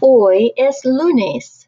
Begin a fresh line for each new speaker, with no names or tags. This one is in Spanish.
Hoy es lunes.